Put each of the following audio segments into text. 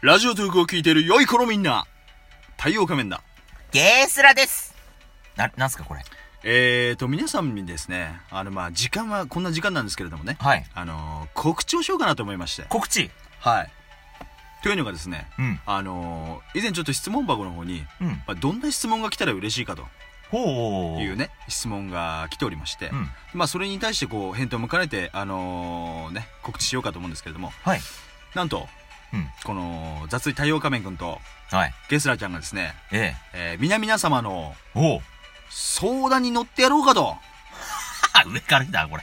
ラジオトークを聞いている良い子のみんな太陽仮面だゲースラですな、なんすかこれ。えーと、皆さんにですね、あの、まあ、時間は、こんな時間なんですけれどもね、はい。あのー告知をしようかなと思いまして。告知はい。というのがですね、うん。あのー以前ちょっと質問箱の方に、うん。まあ、どんな質問が来たら嬉しいかとほう。いうね、質問が来ておりまして、うん。まあ、それに対してこう、返答を向かれて、あのーね、告知しようかと思うんですけれども、はい。なんと、うんこの、雑い太陽仮面くんと、はい。ゲスラちゃんがですね、ええ。えー、皆々様のおう。相談に乗ってやろうかと、あ、上から来た、 これ。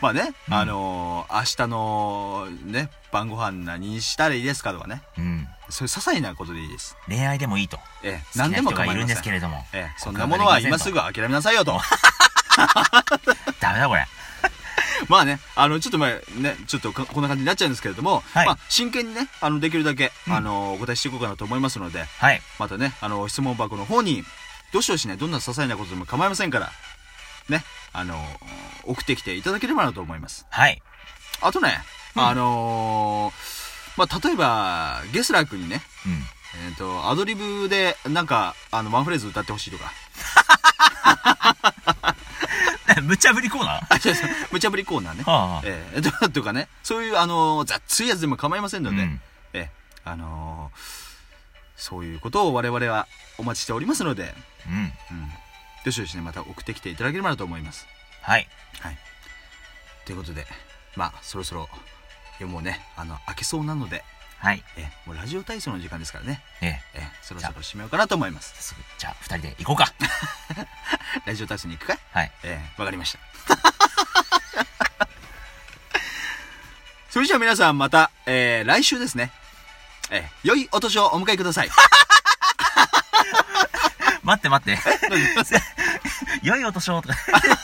まあね、うんあのー明日のね、晩ご飯何したらいいですかとかね、うん。そういう些細なことでいいです。恋愛でもいいと。ええ、好き何なでも人構がいません。いるんですけれども。ええ、そんなものは今すぐ諦めなさいよと。 ダメだ、これ。まあね、あの、ちょっと前、ね、ちょっとここんな感じになっちゃうんですけれども、はいまあ、真剣にね、あの、できるだけ、うんあの、お答えしていこうかなと思いますので、はい。またね、あの、質問箱の方に、どしどしね、どんな些細なことでも構いませんから、ね、あの、送ってきていただければなと思います。はい。あとね、うんあのー、まあ、例えば、ゲスラー君にね、うん。えっ、と、アドリブで、なんか、あの、ワンフレーズ歌ってほしいとか、 無茶ぶりコーナーはあ、違う違う、 無茶ぶりコーナーね。あはあ。ええと とかね、そういう、あのー、ざっついやつでも構いませんので、うんええあのーそういうことを我々はお待ちしておりますので、うん。うん。どしどしね、また送ってきていただければなと思います。はい。はい。ということで、まあ、そろそろ、いやもうね、あの、開けそうなので、はい。ええもうラジオ体操の時間ですからね。ええ。えそろそろ締めようかなと思います。すぐ、じゃあ、二人で行こ うか。ラジオ体操に行くかいはい。ええわかりました。 それじゃあ皆さんまた、えー、来週ですね。えー、良いお年をお迎えください。待って待って。 良いお年をとか。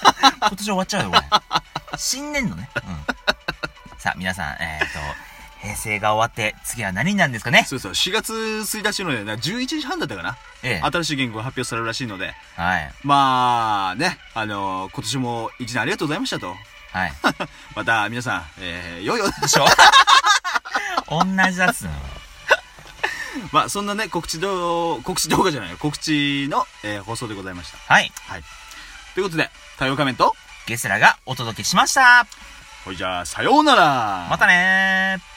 今年終わっちゃうよ、これ。新年度ね。うん。さあ、皆さん、えっ、と、平成が終わって、次は何になるんですかねそうそう、4月1日のね、11時半だったかな。ええ。新しい言語が発表されるらしいので、はい。まあね、あのー今年も一年ありがとうございましたと。はい。また皆さん、えー、良いお、でしょ同じだっつうの。まあそんなね、告知動、告知動画じゃないよ。告知の、えー放送でございました。はい。ということで、太陽仮面と、ゲスラがお届けしました。ほいじゃあ、さようならまたねー。